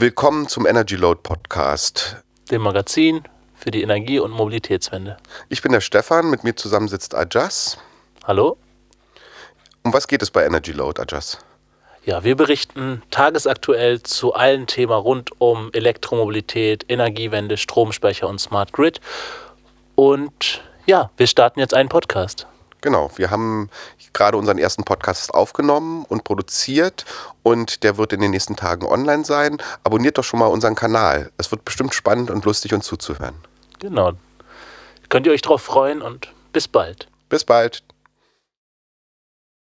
Willkommen zum Energy Load Podcast. dem Magazin für die Energie- und Mobilitätswende. Ich bin der Stefan, mit mir zusammen sitzt Ajas. Hallo? Um was geht es bei Energy Load, Ajas? Ja, wir berichten tagesaktuell zu allen Themen rund um Elektromobilität, Energiewende, Stromspeicher und Smart Grid. Und ja, wir starten jetzt einen Podcast. Genau, wir haben gerade unseren ersten Podcast aufgenommen und produziert und der wird in den nächsten Tagen online sein. Abonniert doch schon mal unseren Kanal. Es wird bestimmt spannend und lustig uns zuzuhören. Genau. Könnt ihr euch drauf freuen und bis bald. Bis bald.